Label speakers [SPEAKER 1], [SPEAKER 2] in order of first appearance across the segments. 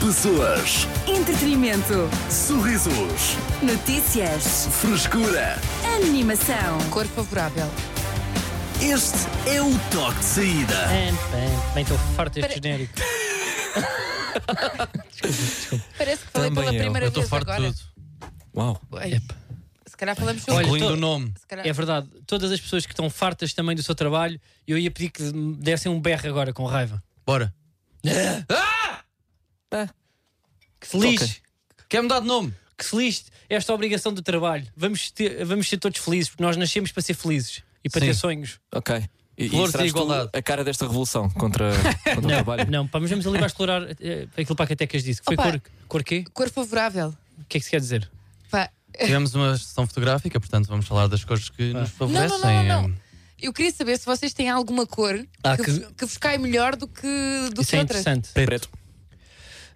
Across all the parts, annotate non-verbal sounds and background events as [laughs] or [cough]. [SPEAKER 1] Pessoas,
[SPEAKER 2] Entretenimento.
[SPEAKER 1] sorrisos,
[SPEAKER 2] Notícias.
[SPEAKER 1] frescura.
[SPEAKER 2] Animação.
[SPEAKER 3] Cor favorável.
[SPEAKER 1] Este é o toque de saída.
[SPEAKER 4] Bem, bem, bem, estou farto deste
[SPEAKER 3] Pera-
[SPEAKER 4] genérico.
[SPEAKER 3] Parece que falei
[SPEAKER 5] Também
[SPEAKER 3] pela
[SPEAKER 5] eu.
[SPEAKER 3] é primeira
[SPEAKER 5] Eu
[SPEAKER 3] vez
[SPEAKER 6] farto
[SPEAKER 3] agora.
[SPEAKER 6] de tudo.
[SPEAKER 5] Uau.
[SPEAKER 3] Olha, Se calhar falamos sobre
[SPEAKER 4] Olha,
[SPEAKER 6] Incluindo
[SPEAKER 4] tô-
[SPEAKER 6] o nome.
[SPEAKER 3] [laughs] Se calhar...
[SPEAKER 4] É verdade, todas as pessoas que estão fartas também do seu trabalho, eu ia pedir que me dessem um berro agora com raiva.
[SPEAKER 6] Bora.
[SPEAKER 4] Que se lixe,
[SPEAKER 5] Ok.
[SPEAKER 6] Quer mudar de nome?
[SPEAKER 4] que se lixe esta obrigação do trabalho. Vamos, ter- vamos ser todos felizes, porque nós nascemos para ser felizes e para
[SPEAKER 6] Sim.
[SPEAKER 4] ter sonhos.
[SPEAKER 5] Ok. E,
[SPEAKER 6] Flores
[SPEAKER 5] serás
[SPEAKER 6] de igualdade.
[SPEAKER 5] tu a cara desta revolução contra, contra o trabalho.
[SPEAKER 4] Não, pá, mas
[SPEAKER 5] [laughs]
[SPEAKER 4] vamos ali para explorar eh, aquilo para que a Tecas disse. que Foi
[SPEAKER 3] Opa.
[SPEAKER 4] cor, cor quê?
[SPEAKER 3] Cor favorável.
[SPEAKER 4] O que é que se quer dizer?
[SPEAKER 3] Pá,
[SPEAKER 6] Tivemos uma sessão fotográfica, portanto vamos falar das coisas que nos
[SPEAKER 3] não,
[SPEAKER 6] favorecem.
[SPEAKER 3] não, não, não, não. Eu queria saber se vocês têm alguma cor
[SPEAKER 4] Ah,
[SPEAKER 3] que,
[SPEAKER 4] que-
[SPEAKER 3] que vos cai melhor do que, do
[SPEAKER 4] Isso
[SPEAKER 3] que
[SPEAKER 4] é
[SPEAKER 3] outras.
[SPEAKER 4] interessante.
[SPEAKER 5] Preto.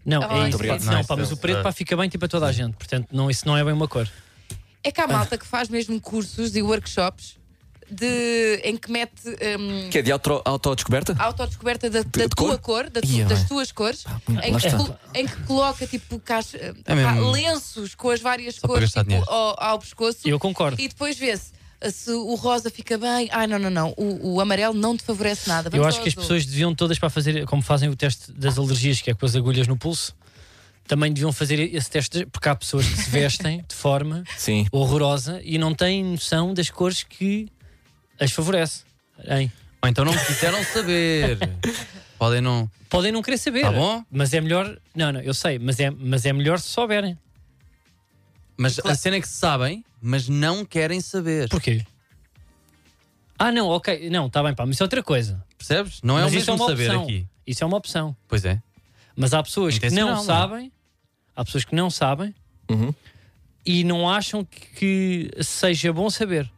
[SPEAKER 4] Não,
[SPEAKER 3] Ah,
[SPEAKER 4] é
[SPEAKER 3] muito
[SPEAKER 4] isso.
[SPEAKER 6] obrigado.
[SPEAKER 4] Não,
[SPEAKER 6] Nice,
[SPEAKER 4] pá, mas o
[SPEAKER 6] Deus.
[SPEAKER 4] preto
[SPEAKER 6] Ah.
[SPEAKER 4] pá, fica bem tipo a toda a gente. Portanto, não, isso não é bem uma cor.
[SPEAKER 3] É que há malta que faz mesmo cursos e workshops de, em que mete hum, Ah.
[SPEAKER 5] Que é de auto- autodescoberta?
[SPEAKER 3] autodescoberta da, da
[SPEAKER 5] de
[SPEAKER 3] tua
[SPEAKER 5] cor?
[SPEAKER 3] cor, da tu-
[SPEAKER 5] Ia
[SPEAKER 3] das
[SPEAKER 5] bem.
[SPEAKER 3] tuas cores, em
[SPEAKER 5] lá
[SPEAKER 3] que,
[SPEAKER 5] está.
[SPEAKER 3] col- em que coloca tipo caixa- pá,
[SPEAKER 6] mesmo.
[SPEAKER 3] lenços com as várias
[SPEAKER 6] para
[SPEAKER 3] cores
[SPEAKER 6] gastar
[SPEAKER 3] tipo,
[SPEAKER 6] dinheiro.
[SPEAKER 3] ao, ao pescoço
[SPEAKER 4] Eu concordo.
[SPEAKER 3] e depois vê-se ah, se o rosa fica bem. Ai, não, não, não. O, o amarelo não te favorece nada.
[SPEAKER 4] Eu
[SPEAKER 3] Vamos
[SPEAKER 4] acho
[SPEAKER 3] ao
[SPEAKER 4] que as
[SPEAKER 3] azul.
[SPEAKER 4] pessoas deviam todas para fazer, como fazem o teste das alergias, que é com as agulhas no pulso, também deviam fazer esse teste, porque há pessoas que se vestem de forma
[SPEAKER 5] Sim.
[SPEAKER 4] horrorosa e não têm noção das cores que as favorece. Hein?
[SPEAKER 6] Ou então não me quiseram saber. Podem não.
[SPEAKER 4] Podem não querer saber,
[SPEAKER 6] Tá bom.
[SPEAKER 4] mas é melhor. Não, não, eu sei, mas é, mas é melhor se souberem.
[SPEAKER 6] Mas a cena é que sabem, mas não querem saber.
[SPEAKER 4] Porquê? Ah, não, ok, não, está bem, pá, mas isso é outra coisa.
[SPEAKER 6] Percebes? Não é
[SPEAKER 4] mas
[SPEAKER 6] o
[SPEAKER 4] isso
[SPEAKER 6] mesmo
[SPEAKER 4] uma
[SPEAKER 6] saber
[SPEAKER 4] opção.
[SPEAKER 6] aqui.
[SPEAKER 4] Isso é uma opção.
[SPEAKER 6] Pois é.
[SPEAKER 4] Mas há pessoas que
[SPEAKER 6] Intencional,
[SPEAKER 4] não
[SPEAKER 6] não é?
[SPEAKER 4] sabem, há pessoas que não sabem
[SPEAKER 5] Uhum.
[SPEAKER 4] e não acham que que seja bom saber.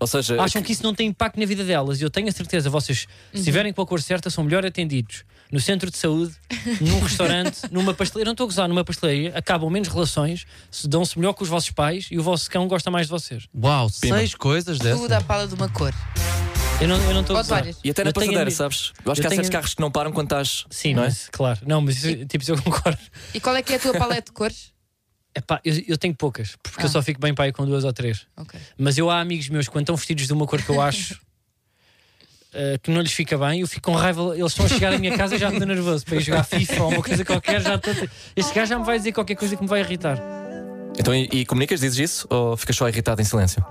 [SPEAKER 5] Ou seja,
[SPEAKER 4] Acham que isso não tem impacto na vida delas. E eu tenho a certeza, vocês, se estiverem com a cor certa, são melhor atendidos no centro de saúde, num restaurante, numa pastelaria. Eu não estou a gozar, numa pastelaria, acabam menos relações, se dão-se melhor com os vossos pais e o vosso cão gosta mais de vocês.
[SPEAKER 6] Uau,
[SPEAKER 5] Pima.
[SPEAKER 6] seis coisas
[SPEAKER 3] Tudo à
[SPEAKER 6] dessas.
[SPEAKER 3] pala de uma cor.
[SPEAKER 4] Eu não, eu não estou a
[SPEAKER 3] Ou de
[SPEAKER 4] gozar.
[SPEAKER 3] várias.
[SPEAKER 5] e até na
[SPEAKER 4] eu tenho
[SPEAKER 5] passadeira,
[SPEAKER 4] ami-
[SPEAKER 5] sabes? Eu acho
[SPEAKER 4] eu
[SPEAKER 5] que há certos
[SPEAKER 4] tenho-
[SPEAKER 5] carros que não param quando estás.
[SPEAKER 4] Sim,
[SPEAKER 5] não é?
[SPEAKER 4] mas claro. Não, mas isso, tipo, isso eu concordo.
[SPEAKER 3] E qual é que é a tua paleta de cores?
[SPEAKER 4] Epá, eu, eu tenho poucas, porque eu
[SPEAKER 3] Ah.
[SPEAKER 4] só fico bem pai com duas ou três.
[SPEAKER 3] Ok.
[SPEAKER 4] Mas eu há amigos meus que quando estão vestidos de uma cor que eu acho
[SPEAKER 6] [laughs]
[SPEAKER 4] eh, que não lhes fica bem, eu fico com raiva. Eles estão a chegar à minha casa e já estou nervoso para ir jogar FIFA ou uma coisa qualquer. Já estou. Este gajo já me vai dizer qualquer coisa que me vai irritar.
[SPEAKER 5] Então, e, e comunicas, dizes isso? Ou ficas só irritado em silêncio?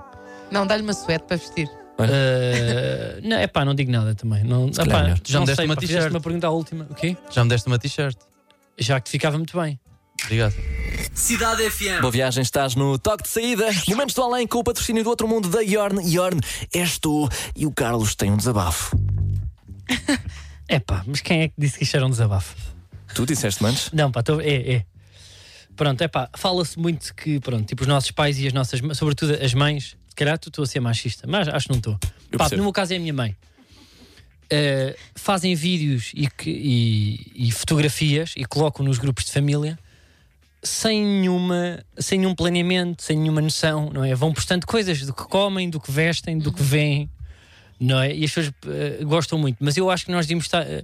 [SPEAKER 3] Não, dá-lhe uma suéte para vestir.
[SPEAKER 4] Eh, não, é pá, não digo nada também. Não,
[SPEAKER 5] calhar
[SPEAKER 4] epá,
[SPEAKER 5] melhor.
[SPEAKER 6] Já
[SPEAKER 4] não
[SPEAKER 6] me deste
[SPEAKER 4] sei,
[SPEAKER 6] uma
[SPEAKER 4] pá,
[SPEAKER 6] t-shirt.
[SPEAKER 4] fizeste uma pergunta à última. O quê?
[SPEAKER 6] Já me deste uma t-shirt.
[SPEAKER 4] Já que ficava muito bem.
[SPEAKER 6] Obrigado.
[SPEAKER 1] Cidade FM.
[SPEAKER 5] Boa viagem, estás no toque de saída. Momentos do além com o patrocínio do outro mundo da Yorn. Yorn, és tu. E o Carlos tem um desabafo.
[SPEAKER 4] É pá, mas quem é que disse que isto era um desabafo?
[SPEAKER 5] Tu disseste, Manos?
[SPEAKER 4] Não, pá, tô, é, é. Pronto, é pá, fala-se muito que, pronto, tipo, os nossos pais e as nossas, ma- sobretudo as mães, se calhar tu estou a ser machista, mas acho que não estou.
[SPEAKER 5] Eu
[SPEAKER 4] Pá,
[SPEAKER 5] percebo.
[SPEAKER 4] no meu caso é a minha mãe. Eh, fazem vídeos e, que- e- e fotografias e colocam nos grupos de família sem nenhuma sem nenhum planeamento, sem nenhuma noção, não é? Vão postando coisas do que comem, do que vestem, do que veem, não é? E as pessoas eh, gostam muito, mas eu acho que nós devíamos estar, eh,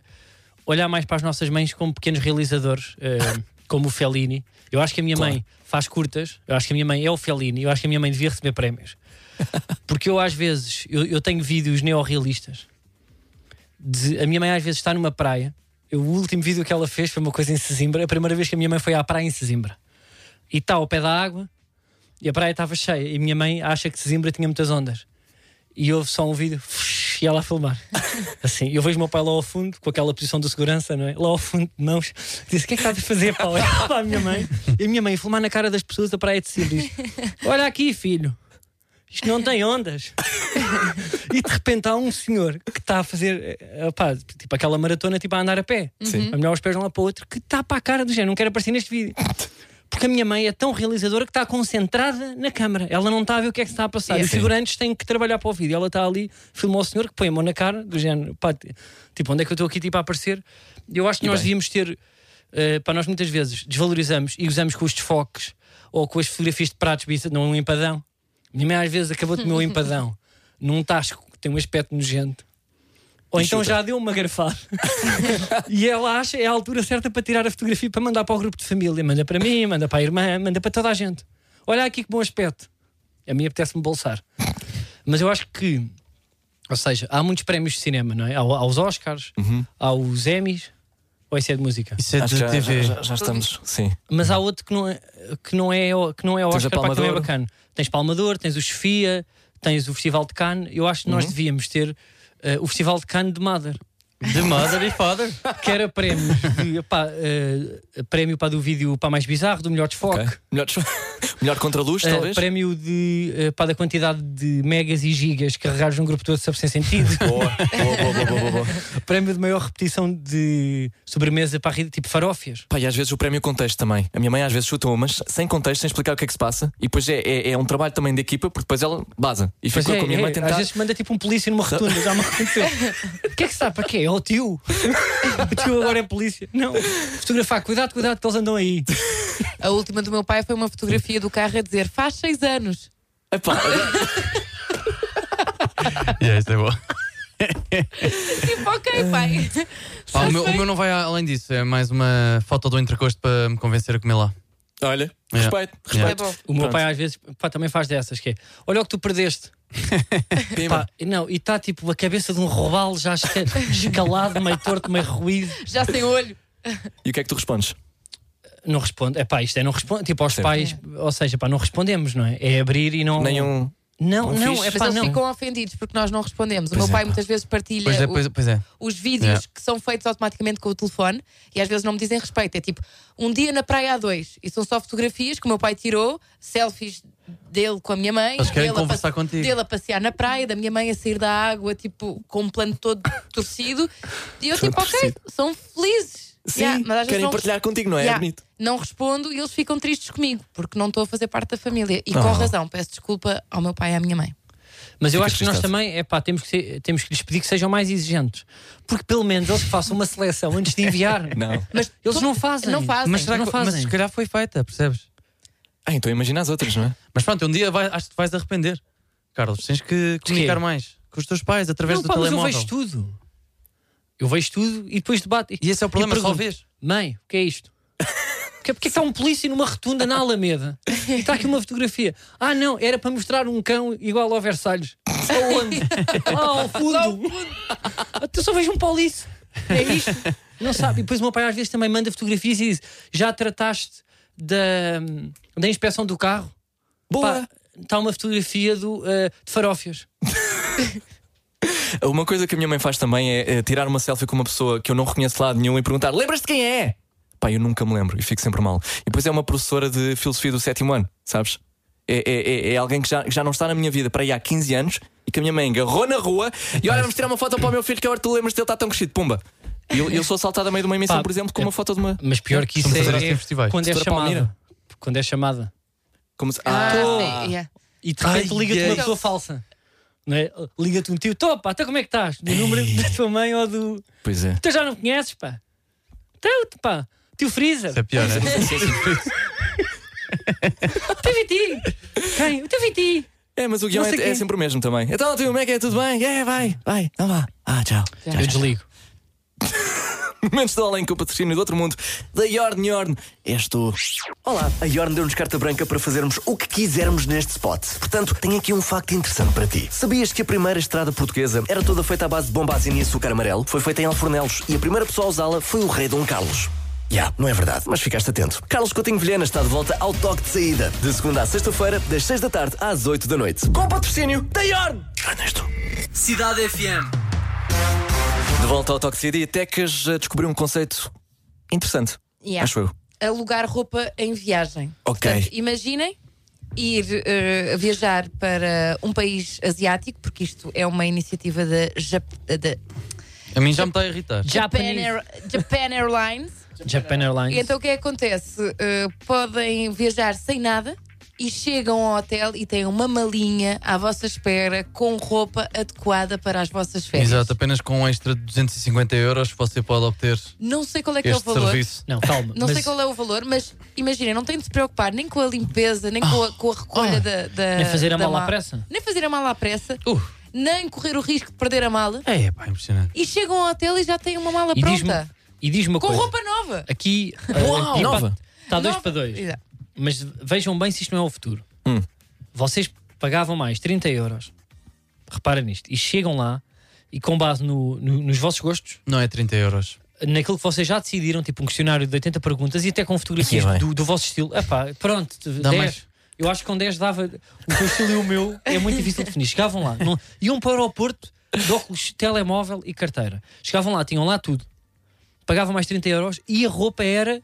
[SPEAKER 4] olhar mais para as nossas mães como pequenos realizadores, eh, como o Fellini. Eu acho que a minha mãe faz curtas, eu acho que a minha mãe é o Fellini, eu acho que a minha mãe devia receber prémios. Porque eu às vezes, eu, eu tenho vídeos neorrealistas. De, a minha mãe às vezes está numa praia. Eu, o último vídeo que ela fez foi uma coisa em Sesimbra. A primeira vez que a minha mãe foi à praia em Sesimbra. E está ao pé da água e a praia estava cheia. E a minha mãe acha que Sesimbra tinha muitas ondas. E houve só um vídeo e ela a filmar. Assim, eu vejo o meu pai lá ao fundo, com aquela posição de segurança, não é? Lá ao fundo, de mãos. Disse: O que é que estás a fazer, Paulo? [laughs] Olha lá a minha mãe. E a minha mãe a filmar na cara das pessoas da praia de Sesimbra. Diz, Olha aqui, filho. Isto não tem ondas. e de repente há um senhor que está a fazer eh, opá, tipo aquela maratona tipo a andar a pé.
[SPEAKER 5] Sim.
[SPEAKER 4] A melhor os pés de um lado para o outro, que está para a cara do género, não quero aparecer neste vídeo. Porque a minha mãe é tão realizadora que está concentrada na câmara. Ela não está a ver o que é que se está a passar. Os figurantes têm que trabalhar para o vídeo. Ela está ali, filmou o senhor que põe a mão na cara, do género, pá, t- tipo, onde é que eu estou aqui tipo, a aparecer? Eu acho que
[SPEAKER 5] E
[SPEAKER 4] nós
[SPEAKER 5] bem.
[SPEAKER 4] devíamos ter, eh, para nós muitas vezes desvalorizamos e usamos com os desfoques ou com as fotografias de pratos bis- num é empadão. Minha mãe às vezes acabou de comer um empadão num tasco que tem um aspecto um nojento. Ou
[SPEAKER 5] E
[SPEAKER 4] então
[SPEAKER 5] chuta.
[SPEAKER 4] já deu uma garfada. e ela acha é a altura certa para tirar a fotografia para mandar para o grupo de família. Manda para mim, manda para a irmã, manda para toda a gente. Olha aqui que bom aspecto. A mim apetece-me bolsar. Mas eu acho que, ou seja, há muitos prémios de cinema, não é? Há, há os Oscars, há os Emmys, ou isso é de música.
[SPEAKER 6] Isso é
[SPEAKER 5] Acho
[SPEAKER 6] de
[SPEAKER 5] que já,
[SPEAKER 6] TV.
[SPEAKER 5] já- já- já estamos. Sim.
[SPEAKER 4] Mas há outro que não é, que não é, que não é
[SPEAKER 5] Tens a
[SPEAKER 4] Oscar, pá, que também é
[SPEAKER 5] Palma de Ouro.
[SPEAKER 4] bacana. Tens Palmador, tens o Chefia, tens o Festival de Cannes. Eu acho que
[SPEAKER 5] Uhum.
[SPEAKER 4] nós devíamos ter eh, o Festival de Cannes de Mother.
[SPEAKER 6] The Mother e
[SPEAKER 5] [laughs]
[SPEAKER 6] Father.
[SPEAKER 4] que era prémios de, epá, eh, prémio para do vídeo para mais bizarro, do melhor desfoque,
[SPEAKER 5] ok. Melhor, [laughs] melhor contra-luz,
[SPEAKER 4] eh,
[SPEAKER 5] talvez?
[SPEAKER 4] prémio de, eh, para da quantidade de megas e gigas carregados num grupo todo sobre sem sentido,
[SPEAKER 5] [laughs] Boa, boa, boa, boa, boa, boa.
[SPEAKER 4] prémio de maior repetição de sobremesa para rir, tipo farófias.
[SPEAKER 5] [laughs] Pá, e às vezes o prémio contexto também. A minha mãe às vezes chuta umas sem contexto, sem explicar o que é que se passa. E depois é, é, é um trabalho também de equipa, porque depois ela baza. E
[SPEAKER 4] Pois
[SPEAKER 5] ficou
[SPEAKER 4] é,
[SPEAKER 5] com a minha mãe
[SPEAKER 4] é,
[SPEAKER 5] a tentar.
[SPEAKER 4] Às vezes manda tipo um polícia numa rotunda, já me
[SPEAKER 5] [laughs]
[SPEAKER 4] aconteceu. O que é que sabe? Para quê? É o tio. O tio agora é polícia. Não, fotografar, cuidado, cuidado, que eles andam aí.
[SPEAKER 3] A última do meu pai foi uma fotografia do carro a dizer faz seis anos.
[SPEAKER 5] Epá,
[SPEAKER 6] yeah, isso é bom.
[SPEAKER 3] Tipo, ok, pai.
[SPEAKER 6] o, meu, o meu não vai além disso. É mais uma foto do entrecosto para me convencer a comer lá.
[SPEAKER 5] [laughs] olha,
[SPEAKER 6] É.
[SPEAKER 5] respeito,
[SPEAKER 3] É
[SPEAKER 5] respeito.
[SPEAKER 3] bom.
[SPEAKER 4] O meu
[SPEAKER 5] Pronto.
[SPEAKER 4] pai às vezes pá, também faz dessas, que é, olha o que tu perdeste.
[SPEAKER 5] Pima.
[SPEAKER 4] é- Pá, não, e está tipo a cabeça de um robalo já esca- escalado, meio torto, meio ruído.
[SPEAKER 3] Já sem olho.
[SPEAKER 5] E o que é que tu respondes?
[SPEAKER 4] Não responde. É pá, isto é não responde. Tipo, aos
[SPEAKER 5] Certo.
[SPEAKER 4] pais, ou seja, pá, não respondemos, não é? É abrir e não.
[SPEAKER 5] Nenhum.
[SPEAKER 4] Não,
[SPEAKER 5] Não
[SPEAKER 4] não,
[SPEAKER 5] fiz.
[SPEAKER 4] é
[SPEAKER 3] Mas
[SPEAKER 4] pá,
[SPEAKER 3] eles
[SPEAKER 4] não.
[SPEAKER 3] ficam ofendidos porque nós não respondemos. O
[SPEAKER 5] Pois
[SPEAKER 3] meu
[SPEAKER 5] é,
[SPEAKER 3] pai
[SPEAKER 5] pá.
[SPEAKER 3] muitas vezes partilha
[SPEAKER 6] Pois é,
[SPEAKER 3] o-
[SPEAKER 6] pois é. Pois é.
[SPEAKER 3] os vídeos
[SPEAKER 6] Yeah.
[SPEAKER 3] que são feitos automaticamente com o telefone e às vezes não me dizem respeito. É tipo, um dia na praia há dois e são só fotografias que o meu pai tirou, selfies dele com a minha mãe,
[SPEAKER 6] Eles querem
[SPEAKER 3] dele, a
[SPEAKER 6] conversar
[SPEAKER 3] passe-
[SPEAKER 6] contigo.
[SPEAKER 3] dele a passear na praia, da minha mãe a sair da água, tipo, com um plano todo torcido. E eu,
[SPEAKER 5] Todo
[SPEAKER 3] tipo, ok,
[SPEAKER 5] torcido.
[SPEAKER 3] são felizes.
[SPEAKER 5] Sim,
[SPEAKER 3] Yeah, mas às vezes
[SPEAKER 5] querem
[SPEAKER 3] não-
[SPEAKER 5] partilhar contigo, não é? É
[SPEAKER 3] Yeah.
[SPEAKER 5] bonito.
[SPEAKER 3] Não respondo e eles ficam tristes comigo porque não estou a fazer parte da família. E
[SPEAKER 5] Oh.
[SPEAKER 3] com razão, peço desculpa ao meu pai e à minha mãe.
[SPEAKER 4] Mas eu
[SPEAKER 5] Fica
[SPEAKER 4] acho que nós
[SPEAKER 5] registado.
[SPEAKER 4] também, é pá, temos que, ser- temos que lhes pedir que sejam mais exigentes. Porque pelo menos eles que façam uma seleção antes de enviar.
[SPEAKER 5] [laughs] Não.
[SPEAKER 4] Mas eles não fazem.
[SPEAKER 3] não fazem.
[SPEAKER 4] Mas será que
[SPEAKER 6] mas
[SPEAKER 4] fazem?
[SPEAKER 6] se calhar foi feita, percebes?
[SPEAKER 5] Ah, então imagina as outras, não é?
[SPEAKER 6] Mas pronto, um dia vai- acho que te vais arrepender. Carlos, tens que comunicar mais com os teus pais através
[SPEAKER 4] Não,
[SPEAKER 6] do
[SPEAKER 4] pá, mas eu
[SPEAKER 6] telemóvel.
[SPEAKER 4] vejo tudo. Eu vejo tudo e depois debato.
[SPEAKER 6] E esse é o problema,
[SPEAKER 4] e
[SPEAKER 6] só
[SPEAKER 4] pergunto,
[SPEAKER 6] vês.
[SPEAKER 4] Mãe, o que é isto? Porque, porque é que está um polícia numa rotunda na Alameda? E está aqui uma fotografia. Ah, não, era para mostrar um cão igual ao Versalhes. Aonde? Lá ao fundo. Eu só vejo um polícia. É isto. Não sabe. E depois o meu pai às vezes também manda fotografias e diz: Já trataste da, da inspeção do carro?
[SPEAKER 5] Boa!
[SPEAKER 4] Pá, Está uma fotografia do, eh, de farófias.
[SPEAKER 5] Uma coisa que a minha mãe faz também é, eh, tirar uma selfie com uma pessoa que eu não reconheço de lado nenhum e perguntar: lembras-te de quem é? Pá, eu nunca me lembro e fico sempre mal. E depois é uma professora de filosofia do sétimo ano, sabes? É, é- é- é alguém que já, que já não está na minha vida para aí há 15 anos e que a minha mãe agarrou na rua e olha, vamos tirar uma foto para o meu filho que agora tu lembras dele, está tão crescido, pumba. E eu, eu sou saltado a meio de uma emissão,
[SPEAKER 4] Pá,
[SPEAKER 5] por exemplo, com
[SPEAKER 4] é-
[SPEAKER 5] uma foto de uma.
[SPEAKER 4] Mas pior que isso
[SPEAKER 6] Vamos
[SPEAKER 4] é,
[SPEAKER 6] fazer isto em
[SPEAKER 4] é
[SPEAKER 6] festivais.
[SPEAKER 4] quando é
[SPEAKER 5] Doutora
[SPEAKER 4] chamada.
[SPEAKER 5] Palmira.
[SPEAKER 4] Quando é chamada.
[SPEAKER 5] Como se-
[SPEAKER 3] Ah,
[SPEAKER 5] Ah,
[SPEAKER 3] sim, yeah.
[SPEAKER 4] E de repente
[SPEAKER 6] Ai,
[SPEAKER 4] liga-te uma
[SPEAKER 6] yes.
[SPEAKER 4] pessoa falsa. Não é? Liga-te um tio, topa, até como é que estás? Do número da tua mãe ou do.
[SPEAKER 5] pois é.
[SPEAKER 4] Tu já não conheces, pá. Teu, pá. Tio Freezer.
[SPEAKER 6] Isso é pior, né?
[SPEAKER 4] [laughs] O teu Viti. Quem? O teu Viti.
[SPEAKER 5] É, mas o guião
[SPEAKER 4] Não
[SPEAKER 5] é,
[SPEAKER 4] sei
[SPEAKER 5] é
[SPEAKER 4] quem.
[SPEAKER 5] sempre o mesmo também. Então, tio, como é que é? Tudo bem? É, vai, vai, não vá. Ah, tchau.
[SPEAKER 4] Eu desligo.
[SPEAKER 5] Momentos do Além com o patrocínio do outro mundo, da Yorn Yorn, és tu.
[SPEAKER 7] Olá, a Yorn deu-nos carta branca para fazermos o que quisermos neste spot. Portanto, tenho aqui um facto interessante para ti. Sabias que a primeira estrada portuguesa era toda feita à base de bombazina e açúcar amarelo? Foi feita em Alfornelos e a primeira pessoa a usá-la foi o rei Dom Carlos. Já, não é verdade, mas ficaste atento. Carlos Coutinho Vilhena está de volta ao toque de saída, de segunda à sexta-feira, das seis da tarde às oito da noite. Com o patrocínio da Yorn! Ernesto.
[SPEAKER 1] Cidade FM.
[SPEAKER 5] De volta ao Toque de Saída e a Tecas eh, descobriu um conceito interessante.
[SPEAKER 3] Yeah.
[SPEAKER 5] Acho eu.
[SPEAKER 3] alugar roupa em viagem.
[SPEAKER 5] Ok.
[SPEAKER 3] Portanto, imaginem ir eh, viajar para um país asiático, porque isto é uma iniciativa da Jap da
[SPEAKER 6] A mim já me está a irritar.
[SPEAKER 3] Japan,
[SPEAKER 4] Japanese.
[SPEAKER 3] Air- Japan Airlines.
[SPEAKER 4] Japan
[SPEAKER 3] E
[SPEAKER 4] Airlines.
[SPEAKER 3] então o que é que acontece? Eh, podem viajar sem nada. E chegam ao hotel e têm uma malinha à vossa espera com roupa adequada para as vossas férias.
[SPEAKER 6] Exato, apenas com um extra de 250 euros você pode obter
[SPEAKER 3] Não sei qual é que é o
[SPEAKER 6] este
[SPEAKER 3] valor.
[SPEAKER 6] serviço.
[SPEAKER 4] Não, calma.
[SPEAKER 3] Não
[SPEAKER 4] mas
[SPEAKER 3] sei qual é o valor, mas imagina, não tem de se preocupar nem com a limpeza, nem com a, com a recolha da, da.
[SPEAKER 4] nem fazer a
[SPEAKER 3] da
[SPEAKER 4] mala à
[SPEAKER 3] ma-
[SPEAKER 4] pressa.
[SPEAKER 3] Nem fazer a mala à pressa.
[SPEAKER 6] Uh,
[SPEAKER 3] nem correr o risco de perder a mala.
[SPEAKER 6] É, pá, impressionante.
[SPEAKER 3] E chegam ao hotel e já têm uma mala
[SPEAKER 4] E diz-me
[SPEAKER 3] pronta.
[SPEAKER 4] e diz uma
[SPEAKER 3] Com
[SPEAKER 4] coisa.
[SPEAKER 3] roupa nova.
[SPEAKER 4] Aqui
[SPEAKER 5] Uau! Nova.
[SPEAKER 4] está 2
[SPEAKER 3] Nova.
[SPEAKER 4] para 2.
[SPEAKER 3] Exato.
[SPEAKER 4] Mas vejam bem se isto não é o futuro.
[SPEAKER 5] Hum.
[SPEAKER 4] Vocês pagavam mais 30 euros. Reparem nisto. E chegam lá e com base no- no- nos vossos gostos,
[SPEAKER 6] Não é 30 euros.
[SPEAKER 4] naquilo que vocês já decidiram, tipo um questionário de 80 perguntas e até com fotografias
[SPEAKER 5] Aqui vai.
[SPEAKER 4] do, do vosso estilo. Epá, pronto,
[SPEAKER 6] Dá
[SPEAKER 4] 10.
[SPEAKER 6] mais.
[SPEAKER 4] Eu acho que com 10 dava. O teu estilo e o meu é muito difícil de definir. Chegavam lá, não, iam para o aeroporto de óculos, telemóvel e carteira. Chegavam lá, tinham lá tudo. Pagavam mais 30 euros e a roupa era.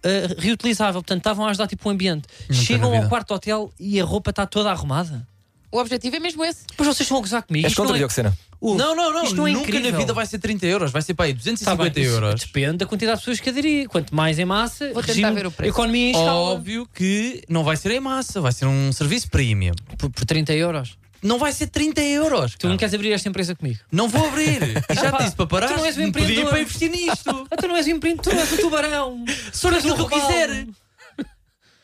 [SPEAKER 4] ah, reutilizável, portanto estavam a ajudar tipo o ambiente.
[SPEAKER 6] Nunca
[SPEAKER 4] Chegam
[SPEAKER 6] na
[SPEAKER 4] ao
[SPEAKER 6] vida.
[SPEAKER 4] quarto hotel e a roupa está toda arrumada.
[SPEAKER 3] O objetivo é mesmo esse.
[SPEAKER 4] Depois vocês estão a gozar comigo.
[SPEAKER 5] És
[SPEAKER 4] Isto
[SPEAKER 5] contra
[SPEAKER 4] não é-
[SPEAKER 5] Dioxena?
[SPEAKER 4] Uf,
[SPEAKER 6] Não, não, não.
[SPEAKER 4] Isto não é
[SPEAKER 6] Nunca
[SPEAKER 4] incrível.
[SPEAKER 6] na vida vai ser 30 euros. Vai ser pá, aí
[SPEAKER 4] Tá bem,
[SPEAKER 6] 250
[SPEAKER 4] isso
[SPEAKER 6] euros.
[SPEAKER 4] Depende da quantidade de pessoas que aderir. Quanto mais em massa,
[SPEAKER 3] Vou tentar
[SPEAKER 4] regime-
[SPEAKER 3] ver o preço.
[SPEAKER 4] economia em escala.
[SPEAKER 6] Óbvio que não vai ser em massa. Vai ser um serviço premium.
[SPEAKER 4] Por, por 30 euros.
[SPEAKER 6] Não vai ser 30 euros.
[SPEAKER 4] Tu
[SPEAKER 6] cara.
[SPEAKER 4] não queres abrir esta empresa comigo?
[SPEAKER 6] Não vou abrir. E Ah.
[SPEAKER 4] [laughs]
[SPEAKER 6] já
[SPEAKER 4] pá,
[SPEAKER 6] te disse para parar.
[SPEAKER 4] tu não és um
[SPEAKER 6] me pedi
[SPEAKER 4] empreendedor.
[SPEAKER 6] para investir nisto.
[SPEAKER 4] [laughs] Ah, tu não és um empreendedor, és um
[SPEAKER 6] [laughs]
[SPEAKER 4] tubarão.
[SPEAKER 6] Sou aquilo que eu
[SPEAKER 4] robalo.
[SPEAKER 6] quiser.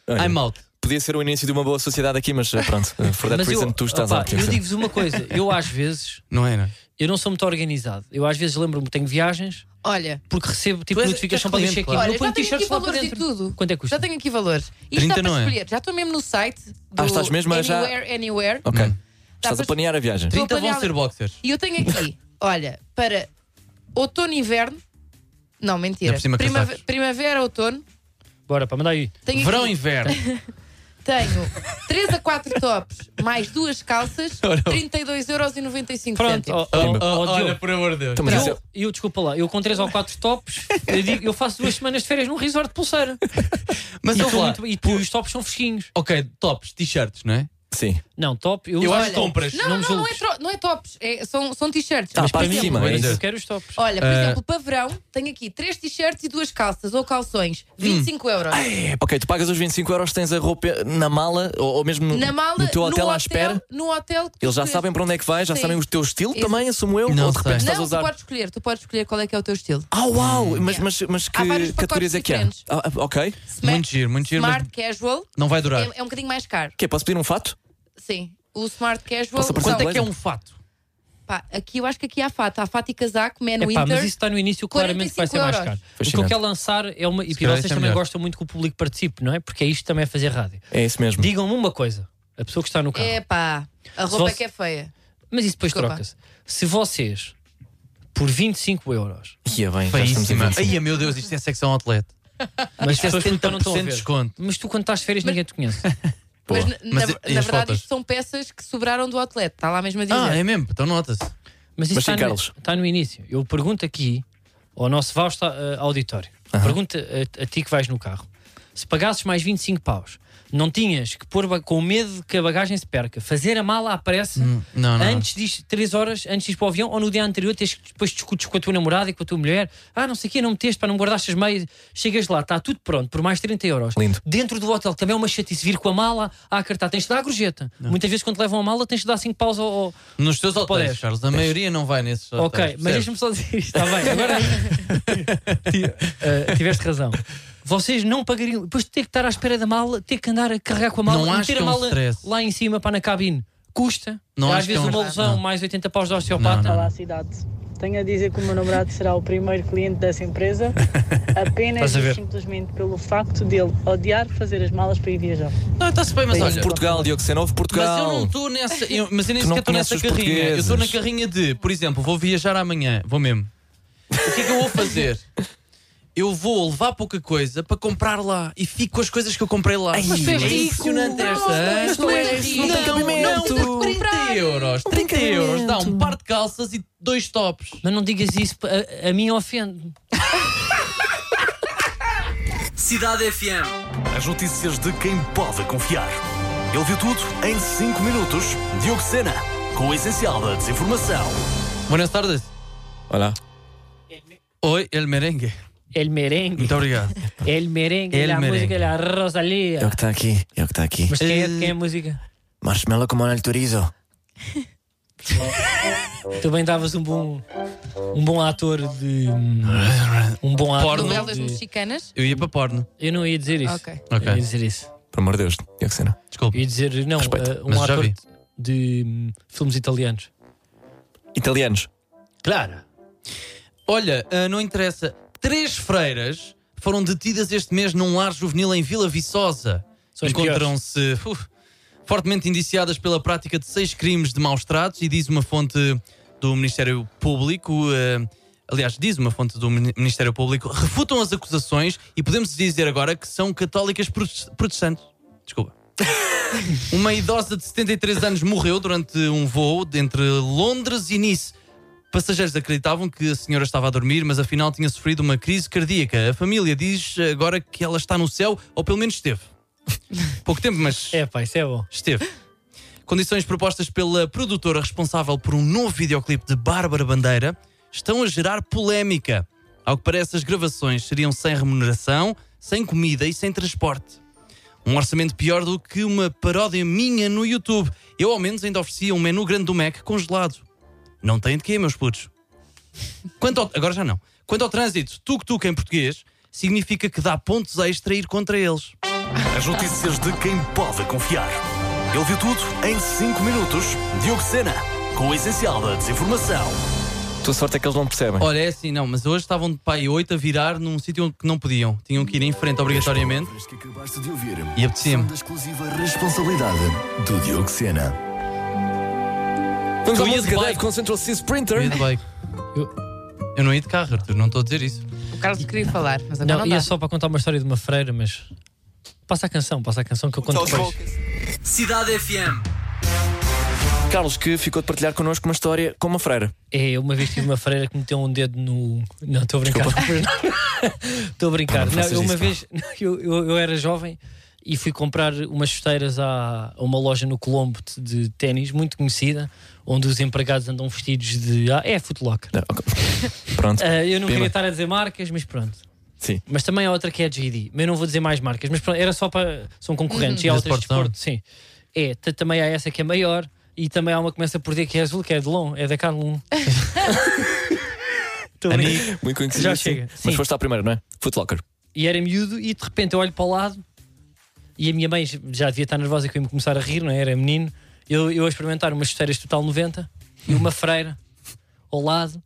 [SPEAKER 5] Olha,
[SPEAKER 6] I'm out.
[SPEAKER 5] Podia ser o início de uma boa sociedade aqui, mas eh, pronto, eh, for that
[SPEAKER 4] Mas
[SPEAKER 5] reason,
[SPEAKER 4] eu,
[SPEAKER 5] tu estás
[SPEAKER 4] opá,
[SPEAKER 5] out.
[SPEAKER 4] eu
[SPEAKER 5] Dioxena.
[SPEAKER 4] digo-vos uma coisa. Eu às vezes,
[SPEAKER 6] Não é, não é?
[SPEAKER 4] eu não sou muito organizado. Eu às vezes lembro-me que tenho viagens
[SPEAKER 3] Olha,
[SPEAKER 4] porque recebo
[SPEAKER 6] Tu
[SPEAKER 4] tipo
[SPEAKER 6] és-
[SPEAKER 4] notificação
[SPEAKER 6] és
[SPEAKER 4] para o
[SPEAKER 6] cliente,
[SPEAKER 4] check-in.
[SPEAKER 6] claro.
[SPEAKER 3] Olha,
[SPEAKER 4] não
[SPEAKER 3] já
[SPEAKER 4] ponho
[SPEAKER 3] tenho
[SPEAKER 4] t-shirts
[SPEAKER 3] aqui
[SPEAKER 4] lá para
[SPEAKER 3] valores e
[SPEAKER 4] dentro.
[SPEAKER 3] tudo.
[SPEAKER 4] Quanto é que custa?
[SPEAKER 3] já tenho aqui valores. E
[SPEAKER 6] 30
[SPEAKER 3] está para
[SPEAKER 6] não é?
[SPEAKER 3] escolher. Já estou mesmo no site do
[SPEAKER 5] Ah, estás mesmo a já-
[SPEAKER 3] Anywhere, Anywhere.
[SPEAKER 5] Ok.
[SPEAKER 3] Dá
[SPEAKER 5] Estás a
[SPEAKER 3] para-
[SPEAKER 5] planear a viagem.
[SPEAKER 3] Sim.
[SPEAKER 6] 30 Hum. Então vão
[SPEAKER 3] planear-
[SPEAKER 6] ser boxers.
[SPEAKER 3] E eu tenho aqui, olha, para outono e inverno. Não, mentira.
[SPEAKER 6] Ainda por cima
[SPEAKER 3] Primave-
[SPEAKER 6] casacos.
[SPEAKER 3] primavera, outono.
[SPEAKER 4] Bora, para mandar aí.
[SPEAKER 3] Tenho aqui-
[SPEAKER 6] Verão e [laughs] inverno.
[SPEAKER 3] Tenho 3 a 4 tops, mais duas calças, 32,95€.
[SPEAKER 4] Pronto, ó, ó,
[SPEAKER 5] Pimba.
[SPEAKER 4] ó, Diogo.
[SPEAKER 6] Tipo, por amor de Deus.
[SPEAKER 5] Então, mas
[SPEAKER 4] Eu-
[SPEAKER 5] isso é-
[SPEAKER 4] eu, desculpa lá, eu com 3 ou 4 tops, eu, digo, eu faço duas semanas de férias num resort de pulseira.
[SPEAKER 6] Mas
[SPEAKER 4] e,
[SPEAKER 6] eu
[SPEAKER 4] estou
[SPEAKER 6] lá.
[SPEAKER 4] muito- e tu- os tops são fresquinhos.
[SPEAKER 6] Ok, tops, t-shirts, não é?
[SPEAKER 5] Sim.
[SPEAKER 4] Não, top, eu,
[SPEAKER 6] Eu
[SPEAKER 4] uso
[SPEAKER 6] acho
[SPEAKER 4] tops.
[SPEAKER 6] compras.
[SPEAKER 3] Não, não,
[SPEAKER 4] me
[SPEAKER 3] não, não, é
[SPEAKER 4] julgues.
[SPEAKER 3] tro- não é tops, é- são, são t-shirts.
[SPEAKER 5] Ah,
[SPEAKER 3] Mas,
[SPEAKER 5] pá,
[SPEAKER 3] por
[SPEAKER 5] em
[SPEAKER 3] exemplo,
[SPEAKER 5] cima, é
[SPEAKER 4] Mas eu
[SPEAKER 5] isso.
[SPEAKER 4] quero os tops.
[SPEAKER 3] Olha, por
[SPEAKER 6] Eh.
[SPEAKER 3] exemplo, para verão, tenho aqui 3 t-shirts e duas calças ou calções,
[SPEAKER 5] Hum.
[SPEAKER 3] 25 euros.
[SPEAKER 5] É, ok, tu pagas os 25 euros, tens a roupa na mala ou, ou mesmo no-
[SPEAKER 3] Na mala,
[SPEAKER 5] no teu hotel
[SPEAKER 3] no
[SPEAKER 5] à espera.
[SPEAKER 3] No hotel que tu
[SPEAKER 5] Eles já
[SPEAKER 3] escolheres.
[SPEAKER 5] sabem para onde é que vais, já
[SPEAKER 3] Sim.
[SPEAKER 5] sabem o teu estilo
[SPEAKER 3] Isso.
[SPEAKER 5] também, assumo eu.
[SPEAKER 6] Não
[SPEAKER 5] ou de repente
[SPEAKER 6] sei.
[SPEAKER 5] estás a
[SPEAKER 3] Não, tu
[SPEAKER 5] usar.
[SPEAKER 3] podes escolher, tu podes escolher qual é que é o teu estilo.
[SPEAKER 5] Ah, uau! Mas, mas, mas
[SPEAKER 3] Há vários pacotes
[SPEAKER 5] que categorias é que há?
[SPEAKER 3] diferentes.
[SPEAKER 5] Ah, ah, ok.
[SPEAKER 3] Sma-
[SPEAKER 6] Muito giro, muito giro,
[SPEAKER 3] Smart
[SPEAKER 6] mas
[SPEAKER 3] casual
[SPEAKER 6] não vai durar.
[SPEAKER 3] é, é um bocadinho mais caro.
[SPEAKER 5] Que posso pedir um fato?
[SPEAKER 3] Sim. O smart casual.
[SPEAKER 5] Posso aparecer
[SPEAKER 3] são-
[SPEAKER 6] Quanto é
[SPEAKER 5] Blazer?
[SPEAKER 6] que é um fato?
[SPEAKER 3] pá, aqui eu acho que aqui há fato. Há fato e casaco, man
[SPEAKER 4] Epá,
[SPEAKER 3] winter.
[SPEAKER 4] mas isso está no início, claramente que vai ser
[SPEAKER 3] 45 euros.
[SPEAKER 4] mais caro. O que eu
[SPEAKER 5] Fascinante.
[SPEAKER 4] quero lançar é uma. E
[SPEAKER 6] Se calhar
[SPEAKER 4] vocês
[SPEAKER 6] isto é
[SPEAKER 4] também
[SPEAKER 6] melhor.
[SPEAKER 4] gostam muito que o público participe, não é? Porque é isto também é fazer rádio.
[SPEAKER 5] É isso
[SPEAKER 6] Hum.
[SPEAKER 5] mesmo.
[SPEAKER 4] Digam-me uma coisa, a pessoa que está no carro.
[SPEAKER 3] É pá, a roupa
[SPEAKER 4] fosse-
[SPEAKER 3] é que é feia.
[SPEAKER 4] Mas isso depois
[SPEAKER 3] Desculpa.
[SPEAKER 4] troca-se. Se vocês, por 25 euros,
[SPEAKER 5] Ia bem, já estamos em
[SPEAKER 6] Feíssima.
[SPEAKER 5] 25.
[SPEAKER 6] Ai, meu Deus, isto é secção outlet.
[SPEAKER 4] mas
[SPEAKER 6] Isto é
[SPEAKER 4] as pessoas "Então não estão a
[SPEAKER 6] 70% de
[SPEAKER 4] ver.
[SPEAKER 6] desconto.
[SPEAKER 4] Mas tu, quando estás de férias, ninguém te conhece.
[SPEAKER 3] Mas, na,
[SPEAKER 6] Mas
[SPEAKER 3] na-
[SPEAKER 6] e- e
[SPEAKER 3] na
[SPEAKER 6] as
[SPEAKER 3] verdade,
[SPEAKER 6] fotos?
[SPEAKER 3] isto são peças que sobraram do outlet. Está lá mesmo a dizer.
[SPEAKER 6] Ah, é mesmo, então nota-se.
[SPEAKER 4] Mas isso
[SPEAKER 5] Mas
[SPEAKER 4] está,
[SPEAKER 5] sim,
[SPEAKER 4] no,
[SPEAKER 5] Carlos.
[SPEAKER 4] está no início. Eu pergunto aqui ao nosso vasto ah, auditório: pergunta a, a ti que vais no carro. Se pagasses mais 25 paus, não tinhas que pôr ba- com medo que a bagagem se perca, fazer a mala à pressa
[SPEAKER 5] Hum,
[SPEAKER 6] Não, não.
[SPEAKER 4] antes de 3 horas antes de ir para o avião ou no dia anterior, tens que depois discutes com a tua namorada e com a tua mulher. Ah, não sei o quê, não meteste para não guardaste as meias. Chegas lá, está tudo pronto por mais 30 euros.
[SPEAKER 5] Lindo.
[SPEAKER 4] Dentro do hotel também é uma chatice vir com a mala à cartar. Tens de dar a gorjeta. Muitas vezes quando te levam a mala tens de dar 5 paus ao- ao,
[SPEAKER 6] Nos teus hotéis,
[SPEAKER 4] Podes.
[SPEAKER 6] Carlos, a maioria não vai nesses hotéis.
[SPEAKER 4] é. Ok, mas
[SPEAKER 6] percebes?
[SPEAKER 4] deixa-me só dizer isto, está
[SPEAKER 6] [laughs]
[SPEAKER 4] bem. Agora Ti- eh, tiveste razão. Vocês não pagariam, depois de ter que estar à espera da mala, ter que andar a carregar com a mala,
[SPEAKER 6] Não acho
[SPEAKER 4] meter
[SPEAKER 6] que é
[SPEAKER 4] a
[SPEAKER 6] um
[SPEAKER 4] mala
[SPEAKER 6] stress.
[SPEAKER 4] lá em cima para na cabine. Custa.
[SPEAKER 6] Não
[SPEAKER 4] Às
[SPEAKER 6] acho que
[SPEAKER 4] vezes
[SPEAKER 6] é um
[SPEAKER 4] uma
[SPEAKER 6] stress.
[SPEAKER 4] lesão,
[SPEAKER 6] Não.
[SPEAKER 4] mais 80 paus de osteopata.
[SPEAKER 6] Não,
[SPEAKER 8] Olá, cidade. Tenho a dizer que o meu namorado será o primeiro cliente dessa empresa
[SPEAKER 4] [laughs] Estás
[SPEAKER 8] apenas
[SPEAKER 4] a ver?
[SPEAKER 8] e simplesmente pelo facto dele odiar fazer as malas para ir viajar.
[SPEAKER 6] Não, está-se bem, mas
[SPEAKER 8] Mas
[SPEAKER 6] olha.
[SPEAKER 5] Houve Portugal, Diogo Sena, houve
[SPEAKER 6] Mas eu
[SPEAKER 5] Portugal.
[SPEAKER 6] não estou nessa. eu- mas eu nem
[SPEAKER 5] Tu não
[SPEAKER 6] sequer estou
[SPEAKER 5] conheces
[SPEAKER 6] nessa
[SPEAKER 5] os
[SPEAKER 6] carrinha. Eu estou na
[SPEAKER 5] portugueses.
[SPEAKER 6] carrinha de, por exemplo, vou viajar amanhã, vou mesmo. O que é que eu vou fazer? Eu vou levar pouca coisa para comprar lá e fico com as coisas que eu comprei lá.
[SPEAKER 5] Mas tu és
[SPEAKER 6] é
[SPEAKER 5] rico.
[SPEAKER 6] impressionante
[SPEAKER 3] Não,
[SPEAKER 6] esta.
[SPEAKER 3] não é
[SPEAKER 6] hã?
[SPEAKER 3] és, tu és rico. Não tem
[SPEAKER 5] cabimento.
[SPEAKER 6] então, não, 30 euros. 30 euros. Dá um par de calças e dois tops.
[SPEAKER 4] Mas não digas isso, a, a mim ofende.
[SPEAKER 6] Então.
[SPEAKER 1] Cidade FM. As notícias de quem pode confiar. Ele viu tudo em 5 minutos. Diogo Sena, com o essencial da desinformação.
[SPEAKER 6] Buenas tardes.
[SPEAKER 5] Olá.
[SPEAKER 6] Oi, el merengue.
[SPEAKER 4] El merengue,
[SPEAKER 6] Muito obrigado.
[SPEAKER 4] el merengue,
[SPEAKER 6] El
[SPEAKER 4] la
[SPEAKER 6] merengue.
[SPEAKER 4] música, la Rosalía.
[SPEAKER 5] É o que está aqui, é o que está aqui.
[SPEAKER 4] Mas quem é, quem é a música?
[SPEAKER 5] Marshmallow como el Turizo.
[SPEAKER 4] Tu bem davas um bom, um bom ator de. Um bom ator.
[SPEAKER 6] Porno.
[SPEAKER 3] Novelas
[SPEAKER 4] de-
[SPEAKER 3] mexicanas.
[SPEAKER 6] Eu ia para porno.
[SPEAKER 4] Eu não ia dizer isso.
[SPEAKER 3] Ok.
[SPEAKER 4] Eu
[SPEAKER 6] Ok.
[SPEAKER 4] ia dizer isso.
[SPEAKER 5] Por amor de Deus, Diogo Sena.
[SPEAKER 6] Desculpa.
[SPEAKER 4] Eu ia dizer, não,
[SPEAKER 5] Respeito,
[SPEAKER 4] eh, um
[SPEAKER 6] mas já
[SPEAKER 4] ator
[SPEAKER 6] vi.
[SPEAKER 4] de hum, filmes italianos.
[SPEAKER 5] Italianos.
[SPEAKER 4] Claro.
[SPEAKER 6] Olha, ah, não interessa. Três freiras foram detidas este mês num lar juvenil em Vila Viçosa.
[SPEAKER 4] São as
[SPEAKER 6] Encontram-se uf, fortemente indiciadas pela prática de seis crimes de maus tratos e diz uma fonte do Ministério Público. ah, aliás, diz uma fonte do Mini- Ministério Público, refutam as acusações e podemos dizer agora que são católicas protes- protestantes. Desculpa. Uma idosa de 73 anos morreu durante um voo de entre Londres e Nice. Passageiros acreditavam que a senhora estava a dormir, mas afinal tinha sofrido uma crise cardíaca. A família diz agora que ela está no céu, ou pelo menos esteve. [laughs] Pouco tempo, mas
[SPEAKER 4] É pá, isso é bom.
[SPEAKER 6] esteve. Condições propostas pela produtora responsável por um novo videoclipe de Bárbara Bandeira estão a gerar polémica. Ao que parece, as gravações seriam sem remuneração, sem comida e sem transporte. Um orçamento pior do que uma paródia minha no YouTube. Eu, ao menos, ainda oferecia um menu grande do Mac congelado. Não tem de quê, meus putos. Quanto ao- agora já não. Quanto ao trânsito, tuk-tuk em português significa que dá pontos a extrair contra eles.
[SPEAKER 1] As notícias de quem pode confiar. Ele viu tudo em 5 minutos. Diogo Sena, com o essencial da desinformação.
[SPEAKER 5] Tua sorte é que eles não percebem.
[SPEAKER 6] Olha, é assim, não, mas hoje estavam de pai 8 a virar num sítio onde que não podiam. Tinham que ir em frente obrigatoriamente.
[SPEAKER 7] que acabaste de ouvir
[SPEAKER 6] E apetecia-me.
[SPEAKER 7] são da exclusiva responsabilidade do Diogo Sena.
[SPEAKER 5] Vamos
[SPEAKER 6] Eu
[SPEAKER 5] à
[SPEAKER 6] ia de
[SPEAKER 5] música
[SPEAKER 6] bike.
[SPEAKER 5] Dave com Central C Sprinter.
[SPEAKER 6] Eu ia de bike. Eu, eu não ia de carro, Arthur, não estou a dizer isso.
[SPEAKER 3] O Carlos queria falar, mas agora
[SPEAKER 4] Não,
[SPEAKER 3] Então não,
[SPEAKER 4] ia
[SPEAKER 3] dá.
[SPEAKER 4] só para contar uma história de uma freira, mas. Passa a canção, passa a canção que eu conto depois.
[SPEAKER 1] Cidade FM.
[SPEAKER 5] Carlos, que ficou de partilhar connosco uma história com uma freira.
[SPEAKER 4] É, eu uma vez tive uma freira que meteu um dedo no. Não, estou a brincar. Estou a brincar.
[SPEAKER 5] Pá,
[SPEAKER 4] [laughs]
[SPEAKER 5] não
[SPEAKER 4] Não,
[SPEAKER 5] faças
[SPEAKER 4] eu uma
[SPEAKER 5] isso,
[SPEAKER 4] vez. [laughs] Eu, eu, eu era jovem e fui comprar umas chuteiras à, a uma loja no Colombo de, de ténis, muito conhecida, onde os empregados andam vestidos de. Ah, é Footlocker.
[SPEAKER 5] Ah, ok. Pronto.
[SPEAKER 4] Ah, eu não
[SPEAKER 5] Pima.
[SPEAKER 4] queria estar a dizer marcas, mas pronto.
[SPEAKER 5] Sim.
[SPEAKER 4] Mas também há outra que é a GD. Mas eu não vou dizer mais marcas, mas pronto, era só para. São concorrentes e há
[SPEAKER 6] Da
[SPEAKER 4] outras de
[SPEAKER 6] Sportzone.
[SPEAKER 4] desporto, sim. É, t- também há essa que é maior e também há uma que começa por D que é azul, que é Delon, é da
[SPEAKER 5] [laughs]
[SPEAKER 4] Carlon. Estou a brincar.
[SPEAKER 5] Muito conhecido.
[SPEAKER 4] Já
[SPEAKER 5] sim.
[SPEAKER 4] chega,
[SPEAKER 5] Mas
[SPEAKER 4] sim.
[SPEAKER 5] foste à primeira, não é? Footlocker.
[SPEAKER 4] E era miúdo e de repente eu olho para o lado e a minha mãe já devia estar nervosa que eu ia me começar a rir, não é? Era menino. Eu, eu a experimentar umas chuteiras total 90 e uma freira ao lado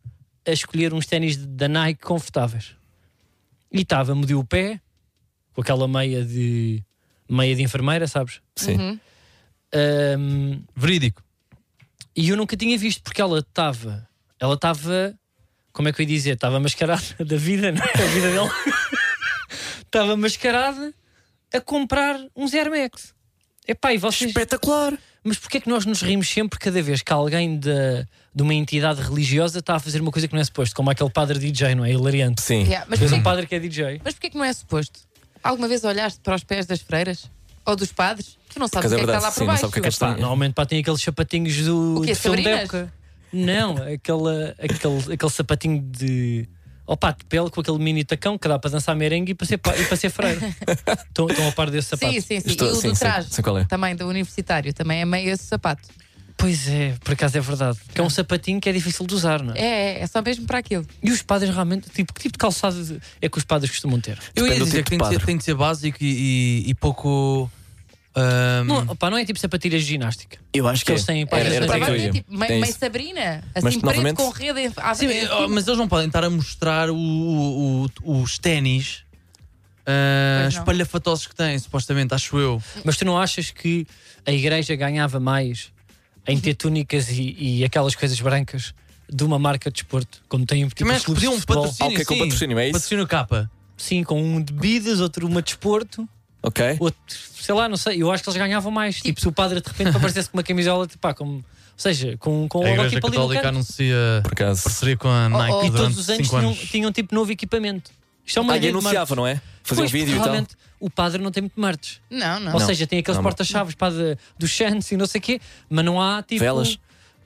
[SPEAKER 4] a escolher uns ténis de- da Nike confortáveis. E estava, mediu o pé com aquela meia de meia de enfermeira, sabes?
[SPEAKER 5] Sim.
[SPEAKER 4] Ahm,
[SPEAKER 6] Verídico.
[SPEAKER 4] e eu nunca tinha visto porque ela estava, ela estava, como é que eu ia dizer? Estava mascarada [laughs] da vida, não é? A vida dela estava mascarada a comprar uns Air Max. Epá, e vocês.
[SPEAKER 5] Espetacular.
[SPEAKER 4] Mas porquê é que nós nos rimos sempre cada vez que alguém de, de uma entidade religiosa está a fazer uma coisa que não é suposto, como aquele padre DJ, não é? Hilariante.
[SPEAKER 5] Sim.
[SPEAKER 3] Yeah, mas,
[SPEAKER 4] Tens
[SPEAKER 3] porquê,
[SPEAKER 4] um padre que é DJ.
[SPEAKER 3] mas porquê que não é suposto? Alguma vez olhaste para os pés das freiras? Ou dos padres? Tu não sabes o
[SPEAKER 5] Porque é
[SPEAKER 3] que é que está
[SPEAKER 5] verdade,
[SPEAKER 3] lá
[SPEAKER 5] sim,
[SPEAKER 3] por
[SPEAKER 5] não
[SPEAKER 3] baixo.
[SPEAKER 5] sabe o que é que eles
[SPEAKER 4] Pá,
[SPEAKER 5] Sim.
[SPEAKER 4] normalmente pá, tem aqueles sapatinhos do
[SPEAKER 3] O quê,
[SPEAKER 4] de filme da
[SPEAKER 3] Sabrinas?
[SPEAKER 4] época. Não, aquela, aquele, aquele sapatinho de. Opa, de pele com aquele mini tacão que dá para dançar merengue e para ser, pa- e para ser freira. estão, estão a par desse sapato?
[SPEAKER 3] Sim, sim, sim.
[SPEAKER 5] Estou-
[SPEAKER 3] e o
[SPEAKER 5] sim,
[SPEAKER 3] do
[SPEAKER 5] sim,
[SPEAKER 3] traje,
[SPEAKER 5] sei qual é.
[SPEAKER 3] também do universitário, também é meio esse sapato.
[SPEAKER 4] Pois é, por acaso é verdade. Que é um sapatinho que é difícil de usar, não é?
[SPEAKER 3] É, é, é só mesmo para aquilo.
[SPEAKER 4] E os padres realmente, tipo, que tipo de calçado de- é que os padres costumam ter?
[SPEAKER 6] Eu ia
[SPEAKER 5] Depende do
[SPEAKER 6] dizer
[SPEAKER 5] tipo
[SPEAKER 6] que
[SPEAKER 5] de
[SPEAKER 6] tem, de ser,
[SPEAKER 5] padre.
[SPEAKER 6] tem de ser básico e, e- e pouco. ahm,
[SPEAKER 4] Não, opa, não é tipo sapatilhas de ginástica.
[SPEAKER 5] Eu acho que
[SPEAKER 4] Eles
[SPEAKER 5] é.
[SPEAKER 4] têm
[SPEAKER 5] Hum. Era-
[SPEAKER 4] páginas na
[SPEAKER 5] era para
[SPEAKER 3] Trabalho é
[SPEAKER 4] Tecnologia.
[SPEAKER 5] aí que eu ia.
[SPEAKER 3] tipo meio,
[SPEAKER 5] É
[SPEAKER 3] meio
[SPEAKER 5] isso.
[SPEAKER 3] Sabrina,
[SPEAKER 5] Mas,
[SPEAKER 3] assim preto
[SPEAKER 5] novamente-
[SPEAKER 3] com rede. em- à-
[SPEAKER 6] Sim,
[SPEAKER 3] em
[SPEAKER 6] oh,
[SPEAKER 3] cima.
[SPEAKER 6] mas eles não podem estar a mostrar o- o- o- os ténis ah,
[SPEAKER 3] Pois não.
[SPEAKER 6] espalhafatosos que têm, supostamente, acho
[SPEAKER 5] Tipo
[SPEAKER 6] eu.
[SPEAKER 4] Mas tu não achas que a igreja ganhava mais em ter túnicas e, e aquelas coisas brancas de uma marca de desporto, como tem tipo,
[SPEAKER 6] Também
[SPEAKER 4] os
[SPEAKER 6] acho que
[SPEAKER 4] clubes de
[SPEAKER 6] podiam um
[SPEAKER 4] futebol?
[SPEAKER 6] patrocínio.
[SPEAKER 5] Ah, ok, com
[SPEAKER 6] sim.
[SPEAKER 5] patrocínio, é isso?
[SPEAKER 6] Patrocínio capa.
[SPEAKER 4] Sim, com um de bebidas, outro uma de desporto,
[SPEAKER 5] Ok.
[SPEAKER 4] outro, sei lá, não sei. Eu acho que eles ganhavam mais. Tipo, se o padre de repente aparecesse com uma camisola, tipo, pá, como, ou seja, com, com o
[SPEAKER 6] A Igreja
[SPEAKER 4] logotipo ali no
[SPEAKER 6] Católica
[SPEAKER 4] canto.
[SPEAKER 6] anuncia
[SPEAKER 5] Por acaso.
[SPEAKER 6] parceria com a Nike
[SPEAKER 3] oh,
[SPEAKER 4] E
[SPEAKER 6] durante
[SPEAKER 4] todos os anos
[SPEAKER 6] cinco
[SPEAKER 4] tinham,
[SPEAKER 6] anos.
[SPEAKER 4] tinham tipo novo equipamento. Isto é uma
[SPEAKER 5] Ah, e
[SPEAKER 4] ideia de marketing.
[SPEAKER 5] anunciava, não é? Fazia um
[SPEAKER 4] Pois,
[SPEAKER 5] vídeo e tal.
[SPEAKER 4] provavelmente, o padre não tem muito martes.
[SPEAKER 3] Não, não.
[SPEAKER 4] Ou seja, tem aqueles
[SPEAKER 5] Não, não.
[SPEAKER 4] porta-chaves pá, de- dos Santos e não sei o quê, mas não há tipo.
[SPEAKER 5] Velas.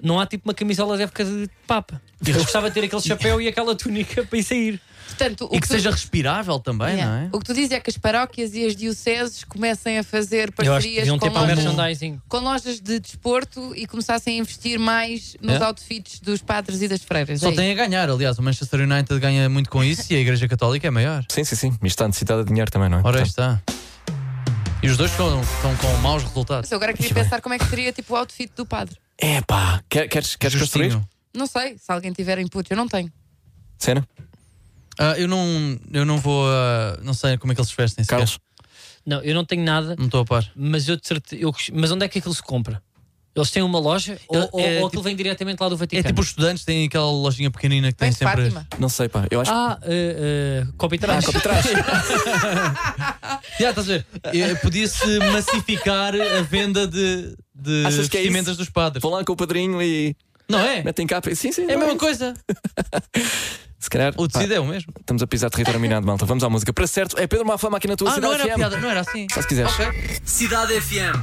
[SPEAKER 4] Não há tipo uma camisola de época de Papa. Eu gostava de ter aquele chapéu e aquela túnica para ir sair.
[SPEAKER 3] Portanto, o
[SPEAKER 6] E que
[SPEAKER 3] tu-
[SPEAKER 6] seja respirável também,
[SPEAKER 3] Yeah.
[SPEAKER 6] não é?
[SPEAKER 3] O que tu dizes é que as paróquias e as dioceses comecem a fazer
[SPEAKER 4] Eu acho que
[SPEAKER 3] parcerias
[SPEAKER 4] deviam
[SPEAKER 3] com
[SPEAKER 4] ter para o
[SPEAKER 3] lojas,
[SPEAKER 4] merchandising.
[SPEAKER 3] com lojas de desporto e começassem a investir mais nos
[SPEAKER 6] É.
[SPEAKER 3] outfits dos padres e das freiras.
[SPEAKER 6] Só
[SPEAKER 3] é
[SPEAKER 6] tem a ganhar, aliás. O Manchester United ganha muito com isso e a Igreja Católica é maior.
[SPEAKER 5] Sim, sim, sim. Mas está necessitada de dinheiro também, não é?
[SPEAKER 6] Ora aí
[SPEAKER 5] Portanto,
[SPEAKER 6] está. E os dois estão, estão com maus
[SPEAKER 3] isso.
[SPEAKER 6] resultados.
[SPEAKER 3] Eu agora queria pensar como é que seria tipo, o outfit do padre.
[SPEAKER 5] Epá. Quer- Queres, queres construir?
[SPEAKER 6] Justinho.
[SPEAKER 3] Não sei, se alguém tiver input, eu não tenho.
[SPEAKER 5] Cena?
[SPEAKER 6] Ah, eu, não, eu não vou. ah, não sei como é que eles se vestem. sequer.
[SPEAKER 5] Carlos?
[SPEAKER 4] Não, eu não tenho nada,
[SPEAKER 6] Não estou a par.
[SPEAKER 4] mas eu, de certe- eu mas onde é que aquilo se compra? Eles têm uma loja ou,
[SPEAKER 6] Ele-
[SPEAKER 4] ou,
[SPEAKER 6] é
[SPEAKER 4] ou aquilo
[SPEAKER 6] tipo-
[SPEAKER 4] vem diretamente lá do
[SPEAKER 6] É
[SPEAKER 4] Vaticano?
[SPEAKER 6] tipo os estudantes têm aquela lojinha pequenina que tem
[SPEAKER 3] Vem de
[SPEAKER 6] sempre. [laughs]
[SPEAKER 3] Fátima.
[SPEAKER 5] Não sei, pá. Eu acho
[SPEAKER 4] Ah, uh, uh, copy trash.
[SPEAKER 5] Ah,
[SPEAKER 6] Já, estás a ver? Eh, Podia-se massificar a venda de, de
[SPEAKER 5] Achas que é
[SPEAKER 6] vestimentas dos
[SPEAKER 5] que
[SPEAKER 6] padres.
[SPEAKER 5] vão lá com o padrinho e [laughs]
[SPEAKER 6] Não é?
[SPEAKER 5] metem capa. Sim, sim.
[SPEAKER 6] É a
[SPEAKER 5] não
[SPEAKER 6] mesma coisa.
[SPEAKER 5] Se calhar.
[SPEAKER 6] O
[SPEAKER 5] pá,
[SPEAKER 6] tecido é o mesmo.
[SPEAKER 5] Estamos a pisar território minado, malta. Vamos à música. Para certo, é Pedro Mafama aqui na tua
[SPEAKER 6] Ah,
[SPEAKER 5] cidade.
[SPEAKER 6] não era
[SPEAKER 5] FM.
[SPEAKER 6] piada, não era assim.
[SPEAKER 5] Só se quiseres.
[SPEAKER 6] Ok.
[SPEAKER 1] Cidade FM.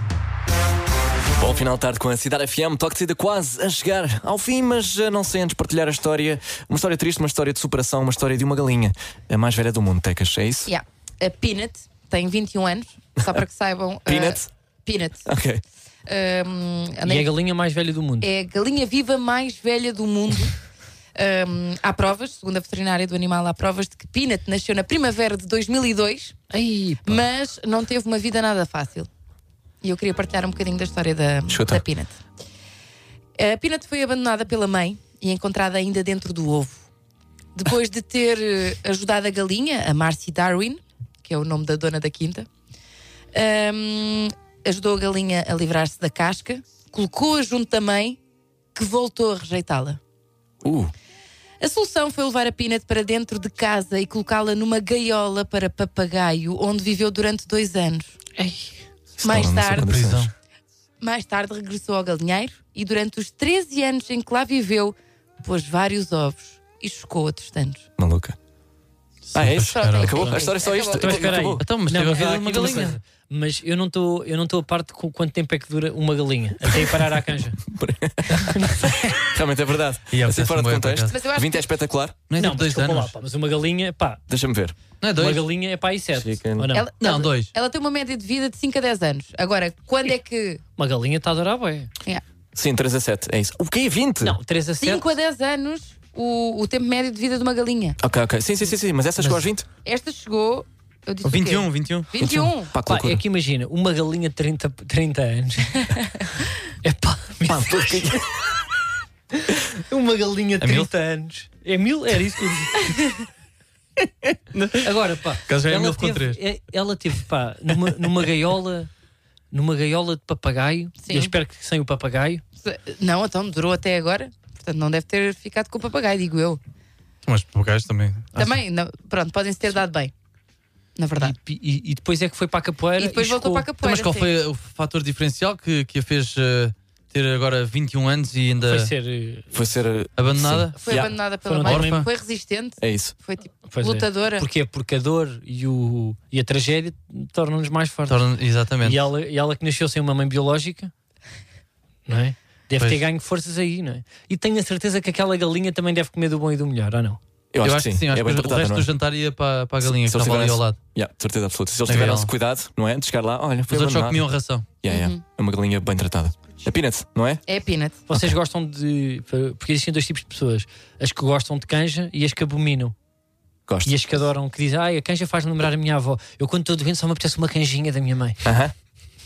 [SPEAKER 5] Bom final de tarde com a Cidade FM, toque de saída quase a chegar ao fim, mas eh, não sei antes partilhar a história. Uma história triste, uma história de superação, uma história de uma galinha. A mais velha do mundo, Tecas, é isso?
[SPEAKER 3] Yeah. A Peanut tem 21 anos, só para que saibam. uh,
[SPEAKER 5] Peanut?
[SPEAKER 3] Peanut.
[SPEAKER 5] Ok.
[SPEAKER 3] Um,
[SPEAKER 4] E é a
[SPEAKER 3] andei-
[SPEAKER 4] galinha mais velha do mundo.
[SPEAKER 3] é a galinha viva mais velha do mundo. Um, há provas, segundo a veterinária do animal, há provas de que Peanut nasceu na primavera de 2002,
[SPEAKER 4] Ai, pá.
[SPEAKER 3] mas não teve uma vida nada fácil. E eu queria partilhar um bocadinho da história da,
[SPEAKER 5] Chuta.
[SPEAKER 3] da Peanut. A Peanut foi abandonada pela mãe e encontrada ainda dentro do ovo. Depois de ter eh, ajudado a galinha, a Marcy Darwin, que é o nome da dona da quinta, hum, ajudou a galinha a livrar-se da casca, colocou-a junto da mãe, que voltou a rejeitá-la.
[SPEAKER 5] Uh,
[SPEAKER 3] A solução foi levar a Peanut para dentro de casa e colocá-la numa gaiola para papagaio, onde viveu durante dois anos. Mais
[SPEAKER 5] não, não sei
[SPEAKER 3] tarde,
[SPEAKER 5] quando isso é.
[SPEAKER 6] Prisão.
[SPEAKER 3] mais tarde regressou ao galinheiro e durante os 13 anos em que lá viveu, pôs vários ovos e chocou outros tantos.
[SPEAKER 5] maluca. Ah, é isso?
[SPEAKER 3] Pronto, é
[SPEAKER 5] Acabou?
[SPEAKER 3] isso.
[SPEAKER 5] A história é só isto?
[SPEAKER 4] Então, espera aí.
[SPEAKER 5] Acabou.
[SPEAKER 6] Então, mas teve a vida
[SPEAKER 4] há
[SPEAKER 6] de uma
[SPEAKER 4] aqui
[SPEAKER 6] galinha.
[SPEAKER 4] coisa. Mas eu não estou eu não estou a parte com quanto tempo é que dura uma galinha até ir parar à
[SPEAKER 6] [laughs]
[SPEAKER 4] canja.
[SPEAKER 5] [laughs] Realmente é verdade.
[SPEAKER 6] E é,
[SPEAKER 5] assim fora
[SPEAKER 6] parece-me
[SPEAKER 5] de
[SPEAKER 6] bem,
[SPEAKER 5] contexto.
[SPEAKER 3] por acaso. Mas eu acho
[SPEAKER 5] 20 é espetacular.
[SPEAKER 6] Não é
[SPEAKER 4] não,
[SPEAKER 6] tipo
[SPEAKER 4] mas
[SPEAKER 6] dois
[SPEAKER 4] desculpa lá,
[SPEAKER 6] anos.
[SPEAKER 4] pá, mas uma galinha, pá,
[SPEAKER 5] Deixa-me ver.
[SPEAKER 6] Não é
[SPEAKER 4] uma
[SPEAKER 6] dois.
[SPEAKER 4] galinha é pá aí sete.
[SPEAKER 5] Chicken.
[SPEAKER 4] Ou não?
[SPEAKER 3] Ela,
[SPEAKER 6] Não,
[SPEAKER 3] ela-
[SPEAKER 6] dois.
[SPEAKER 3] Ela tem uma média de vida de 5 a 10 anos. Agora, quando é
[SPEAKER 4] [laughs]
[SPEAKER 3] que.
[SPEAKER 4] Uma galinha está a adorar bem.
[SPEAKER 5] Sim, 3 a 7. É isso. O quê? 20?
[SPEAKER 4] Não, 3 a 7.
[SPEAKER 3] 5 a 10 anos o, o tempo médio de vida de uma galinha.
[SPEAKER 5] Ok, ok. Sim, sim, sim, sim. Mas essa chegou aos 20?
[SPEAKER 3] Esta chegou. Eu disse o quê?
[SPEAKER 6] 21, 21.
[SPEAKER 3] 21.
[SPEAKER 5] Pá, que
[SPEAKER 4] Pá,
[SPEAKER 5] loucura.
[SPEAKER 4] é que imagina, uma galinha de 30, 30
[SPEAKER 3] [laughs]
[SPEAKER 4] anos. [laughs] é pá,
[SPEAKER 5] Pá, pô, que-
[SPEAKER 4] uma galinha de
[SPEAKER 6] É mil?
[SPEAKER 4] 30 anos. É mil? Era isso que eu disse. [laughs] Agora, pá,
[SPEAKER 6] Caso é
[SPEAKER 4] ela,
[SPEAKER 6] mil com
[SPEAKER 4] teve,
[SPEAKER 6] três.
[SPEAKER 4] é- ela teve, pá, numa, numa gaiola, numa gaiola de papagaio.
[SPEAKER 3] Sim.
[SPEAKER 4] Eu espero que sem o papagaio. um.
[SPEAKER 3] Não, então durou até agora. Portanto, não deve ter ficado com o papagaio, digo eu.
[SPEAKER 6] Mas papagaios também.
[SPEAKER 4] Ah,
[SPEAKER 3] Também, não- pronto, podem se ter dado bem. Na verdade.
[SPEAKER 4] E, e- e depois é que foi para a capoeira.
[SPEAKER 3] E depois voltou
[SPEAKER 4] chocou.
[SPEAKER 3] para a capoeira.
[SPEAKER 6] Então, Mas qual
[SPEAKER 3] sim.
[SPEAKER 6] foi o fator diferencial que, que a fez eh, ter agora 21 anos e ainda
[SPEAKER 4] Foi ser. eh,
[SPEAKER 5] Foi ser. eh,
[SPEAKER 6] abandonada?
[SPEAKER 3] Foi
[SPEAKER 5] Yeah.
[SPEAKER 3] abandonada pela
[SPEAKER 4] Foram
[SPEAKER 3] mãe.
[SPEAKER 6] órfã.
[SPEAKER 3] Foi resistente.
[SPEAKER 5] É isso.
[SPEAKER 3] Foi tipo
[SPEAKER 4] pois é.
[SPEAKER 3] lutadora.
[SPEAKER 4] Porquê? Porque a dor e, o, e a tragédia tornam-nos mais fortes.
[SPEAKER 6] Torna- Exatamente.
[SPEAKER 4] E ela, e ela que nasceu sem uma mãe biológica, não é? Deve
[SPEAKER 6] Pois.
[SPEAKER 4] ter ganho forças aí, não é? E tenho a certeza que aquela galinha também deve comer do bom e do melhor, ou não?
[SPEAKER 5] Eu,
[SPEAKER 6] Eu acho que sim, acho
[SPEAKER 5] é bem
[SPEAKER 6] que o
[SPEAKER 5] tratado,
[SPEAKER 6] resto
[SPEAKER 5] não
[SPEAKER 6] do
[SPEAKER 5] é?
[SPEAKER 6] jantar ia para, para a galinha
[SPEAKER 5] se
[SPEAKER 6] que
[SPEAKER 5] eles
[SPEAKER 6] estava ali
[SPEAKER 5] tiverem-
[SPEAKER 6] ao lado.
[SPEAKER 5] Yeah, de certeza absoluta. Se eles
[SPEAKER 6] É
[SPEAKER 5] tiveram
[SPEAKER 6] verdade.
[SPEAKER 5] esse cuidado, não é? De chegar lá, olha, foi
[SPEAKER 6] Os outros um. só
[SPEAKER 5] abandonado.
[SPEAKER 6] comiam ração.
[SPEAKER 5] Yeah, yeah. É uma galinha bem tratada. A Peanut, não é?
[SPEAKER 3] É a Peanut.
[SPEAKER 4] Vocês gostam de. Porque existem dois tipos de pessoas: as que gostam de canja e as que abominam.
[SPEAKER 5] Gosto.
[SPEAKER 4] E as que adoram, que dizem, ai, a canja faz lembrar a minha avó. Eu, quando estou doente, só me apetece uma canjinha da minha mãe.
[SPEAKER 5] Aham.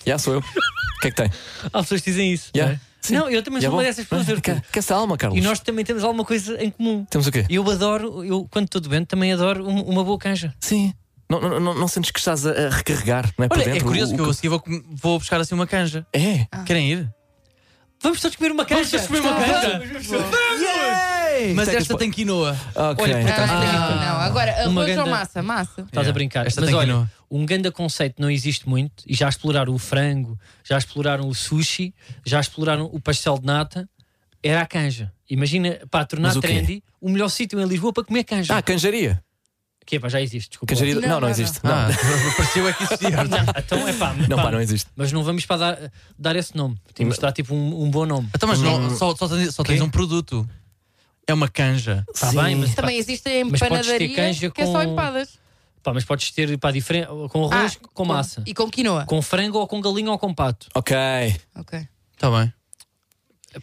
[SPEAKER 5] Yeah, sou eu. O que é que tem?
[SPEAKER 4] Há pessoas que dizem isso.
[SPEAKER 5] Yeah.
[SPEAKER 4] Não, é?
[SPEAKER 5] Sim.
[SPEAKER 4] Não, eu também
[SPEAKER 5] E é
[SPEAKER 4] sou
[SPEAKER 5] bom?
[SPEAKER 4] uma dessas pessoas.
[SPEAKER 5] Ah,
[SPEAKER 4] Arthur.
[SPEAKER 5] que, que essa alma, Carlos.
[SPEAKER 4] E nós também temos alguma coisa em comum.
[SPEAKER 5] Temos o quê?
[SPEAKER 4] Eu adoro, eu quando estou doente, também adoro um- uma boa canja.
[SPEAKER 5] Sim. Não, não, não, não sentes que estás a, a recarregar, não é?
[SPEAKER 6] Olha,
[SPEAKER 5] por
[SPEAKER 6] é
[SPEAKER 5] dentro,
[SPEAKER 6] curioso
[SPEAKER 5] o-
[SPEAKER 6] que eu
[SPEAKER 5] o
[SPEAKER 6] a seguir vou, com- vou buscar assim uma canja.
[SPEAKER 5] É.
[SPEAKER 6] Querem ir?
[SPEAKER 4] Vamos todos comer uma canja!
[SPEAKER 6] Vamos comer uma canja! Mas
[SPEAKER 5] Tecas,
[SPEAKER 6] esta
[SPEAKER 5] pá.
[SPEAKER 6] tem quinoa.
[SPEAKER 5] Ok.
[SPEAKER 6] Olha, por
[SPEAKER 3] Ah,
[SPEAKER 6] acaso
[SPEAKER 3] não, não, agora
[SPEAKER 4] Uma
[SPEAKER 3] arroz ou
[SPEAKER 4] ganda-
[SPEAKER 3] massa? Massa.
[SPEAKER 4] Estás
[SPEAKER 6] Yeah.
[SPEAKER 4] a brincar.
[SPEAKER 6] Esta
[SPEAKER 4] Mas
[SPEAKER 6] tem que
[SPEAKER 4] olha,
[SPEAKER 6] não.
[SPEAKER 4] um grande conceito não existe muito e já exploraram o frango, já exploraram o sushi, já exploraram o pastel de nata, era a canja. Imagina, para tornar
[SPEAKER 5] Mas o quê?
[SPEAKER 4] trendy, o melhor sítio em Lisboa para comer canja.
[SPEAKER 5] Ah, canjaria.
[SPEAKER 4] que é, pá, já existe, desculpa.
[SPEAKER 5] Canjaria.
[SPEAKER 3] Não,
[SPEAKER 5] Não, não,
[SPEAKER 3] não, não.
[SPEAKER 5] existe. Não,
[SPEAKER 6] Ah, pareceu é que existia.
[SPEAKER 4] [laughs] Não, então é pá,
[SPEAKER 5] não,
[SPEAKER 4] pá,
[SPEAKER 5] pá, não existe.
[SPEAKER 4] mas não vamos para dar, dar esse nome. Temos de dar tipo um, um bom nome.
[SPEAKER 6] Então, mas não, só, só tens, só tens
[SPEAKER 4] Quê?
[SPEAKER 6] um produto. É uma canja.
[SPEAKER 4] Está Tá bem, mas, pá,
[SPEAKER 3] Também existe a
[SPEAKER 4] Mas podes ter
[SPEAKER 3] empanadaria
[SPEAKER 4] canja
[SPEAKER 3] que é só
[SPEAKER 4] com-
[SPEAKER 3] empadas.
[SPEAKER 4] pá, mas podes ter pá, diferente, com arroz,
[SPEAKER 3] Ah,
[SPEAKER 4] com massa,
[SPEAKER 3] E com quinoa.
[SPEAKER 4] com frango ou com galinha ou com pato.
[SPEAKER 5] Ok. É
[SPEAKER 3] Ok.
[SPEAKER 6] Está Tá bem.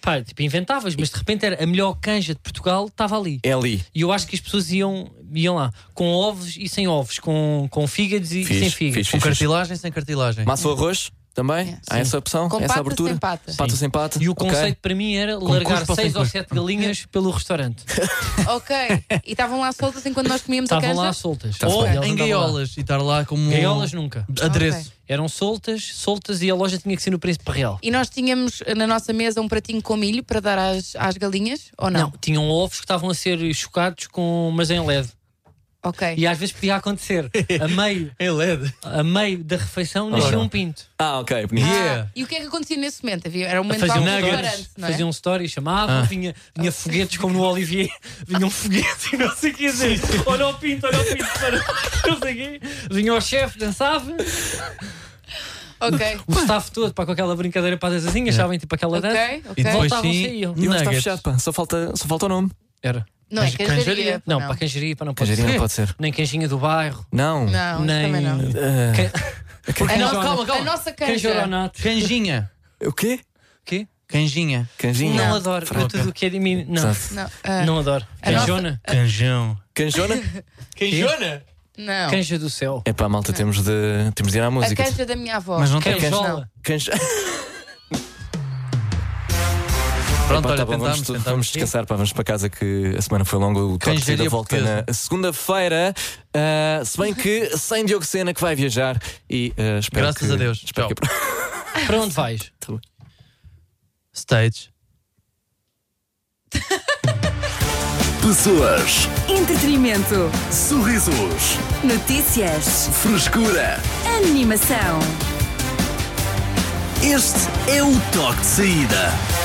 [SPEAKER 4] Pá, tipo, inventavas, mas de repente era a melhor canja de Portugal, estava ali.
[SPEAKER 5] É ali.
[SPEAKER 4] E eu acho que as pessoas iam, iam lá com ovos e sem ovos, com, com fígados e, e
[SPEAKER 5] Fiz,
[SPEAKER 4] sem fígados.
[SPEAKER 5] fiz,
[SPEAKER 6] Com
[SPEAKER 5] fiz.
[SPEAKER 6] cartilagem, sem cartilagem.
[SPEAKER 5] Massa ou arroz? Também?
[SPEAKER 3] É,
[SPEAKER 5] Há essa opção?
[SPEAKER 3] Com
[SPEAKER 5] essa
[SPEAKER 3] pata,
[SPEAKER 5] abertura?
[SPEAKER 3] sem pata.
[SPEAKER 5] Pata sem pata?
[SPEAKER 4] E o
[SPEAKER 5] Ok.
[SPEAKER 4] conceito para mim era largar
[SPEAKER 5] para o Uhum.
[SPEAKER 4] seis ou
[SPEAKER 5] concurso.
[SPEAKER 4] sete galinhas pelo restaurante.
[SPEAKER 3] Ok. E estavam lá soltas enquanto nós comíamos a
[SPEAKER 4] Estavam
[SPEAKER 3] canja?
[SPEAKER 4] lá soltas.
[SPEAKER 5] Tá
[SPEAKER 6] Ou
[SPEAKER 4] Elas andavam
[SPEAKER 6] em
[SPEAKER 4] lá.
[SPEAKER 6] gaiolas e estar lá como.
[SPEAKER 4] Gaiolas nunca.
[SPEAKER 5] Hum.
[SPEAKER 6] Adereço.
[SPEAKER 4] Eram soltas, soltas e a loja tinha que ser no Príncipe Real.
[SPEAKER 3] E nós tínhamos na nossa mesa um pratinho com milho para dar às, às galinhas, ou não?
[SPEAKER 4] Tinham ovos que estavam a ser chocados com mas em LED.
[SPEAKER 3] Ok.
[SPEAKER 4] E às vezes podia acontecer. A
[SPEAKER 5] [laughs]
[SPEAKER 4] meio,
[SPEAKER 6] Em LED.
[SPEAKER 4] a meio da refeição nascia um pinto.
[SPEAKER 5] Ah, ok, bonito.
[SPEAKER 6] Yeah.
[SPEAKER 3] E o que é que acontecia nesse momento? Havia, era um momento
[SPEAKER 4] Faziam
[SPEAKER 3] para um
[SPEAKER 4] nuggets,
[SPEAKER 3] restaurante, não é?
[SPEAKER 4] faziam story,
[SPEAKER 5] Ah.
[SPEAKER 4] chamavam, vinha, vinha foguetes como no Olivier, [laughs] vinha um foguete e não sei o que dizer. Olha o pinto, olha o pinto, olha- não sei o quê. Vinha o chefe, dançava.
[SPEAKER 3] Ok.
[SPEAKER 4] [laughs] o staff todo para com aquela brincadeira para as
[SPEAKER 5] É.
[SPEAKER 4] asinhas, sabem? Tipo aquela dança.
[SPEAKER 3] Ok, ok.
[SPEAKER 6] E depois
[SPEAKER 4] Voltavam,
[SPEAKER 6] sim.
[SPEAKER 4] saíam.
[SPEAKER 5] E hoje está
[SPEAKER 6] nuggets.
[SPEAKER 5] tá fechado, pá. Só falta, só falta o nome.
[SPEAKER 4] Era.
[SPEAKER 3] Não é
[SPEAKER 4] Mas
[SPEAKER 3] canjaria, pô,
[SPEAKER 4] Não,
[SPEAKER 3] não.
[SPEAKER 4] para canjaria, para não pode
[SPEAKER 5] Canjaria não
[SPEAKER 4] ser.
[SPEAKER 5] pode ser.
[SPEAKER 4] Nem canjinha do bairro,
[SPEAKER 5] Não.
[SPEAKER 3] Não, isso
[SPEAKER 4] nem.
[SPEAKER 3] também não.
[SPEAKER 5] Ah,
[SPEAKER 3] A
[SPEAKER 4] Canjona.
[SPEAKER 3] nossa, calma, calma. A nossa canja.
[SPEAKER 4] Canjoronato.
[SPEAKER 6] Canjinha.
[SPEAKER 5] o quê?
[SPEAKER 4] Quê?
[SPEAKER 6] Canjinha.
[SPEAKER 5] Canjinha?
[SPEAKER 4] Não adoro. Tudo o que é de mim. Não,
[SPEAKER 5] Exato.
[SPEAKER 3] Não, ah,
[SPEAKER 4] não adoro.
[SPEAKER 3] A nossa-
[SPEAKER 4] Canjona.
[SPEAKER 6] Canjão.
[SPEAKER 5] Canjona?
[SPEAKER 3] [laughs]
[SPEAKER 6] Canjona?
[SPEAKER 3] não.
[SPEAKER 4] Canja do céu.
[SPEAKER 5] É pá, malta, temos de, temos de ir à
[SPEAKER 3] A
[SPEAKER 5] música.
[SPEAKER 3] canja da minha avó.
[SPEAKER 6] Mas não tem
[SPEAKER 5] Canja-
[SPEAKER 4] Canjola.
[SPEAKER 5] Canja-
[SPEAKER 6] Pronto,
[SPEAKER 5] Pá, tá
[SPEAKER 6] olha,
[SPEAKER 5] bom, vamos,
[SPEAKER 6] tentámos,
[SPEAKER 5] tu-
[SPEAKER 6] tentámos.
[SPEAKER 5] vamos descansar, pá, vamos para casa que a semana foi longa. O Toque de Saída
[SPEAKER 6] Canjaria
[SPEAKER 5] volta
[SPEAKER 6] portuguesa.
[SPEAKER 5] na segunda-feira. ah, se bem que sem Diogo Sena que vai viajar e ah, espero
[SPEAKER 6] Graças
[SPEAKER 5] que-
[SPEAKER 6] a Deus.
[SPEAKER 5] Espero que...
[SPEAKER 4] Para onde vais?
[SPEAKER 6] Stage.
[SPEAKER 1] Pessoas,
[SPEAKER 2] Entretenimento.
[SPEAKER 1] sorrisos,
[SPEAKER 2] Notícias.
[SPEAKER 1] frescura.
[SPEAKER 2] Animação.
[SPEAKER 1] Este é o toque de saída.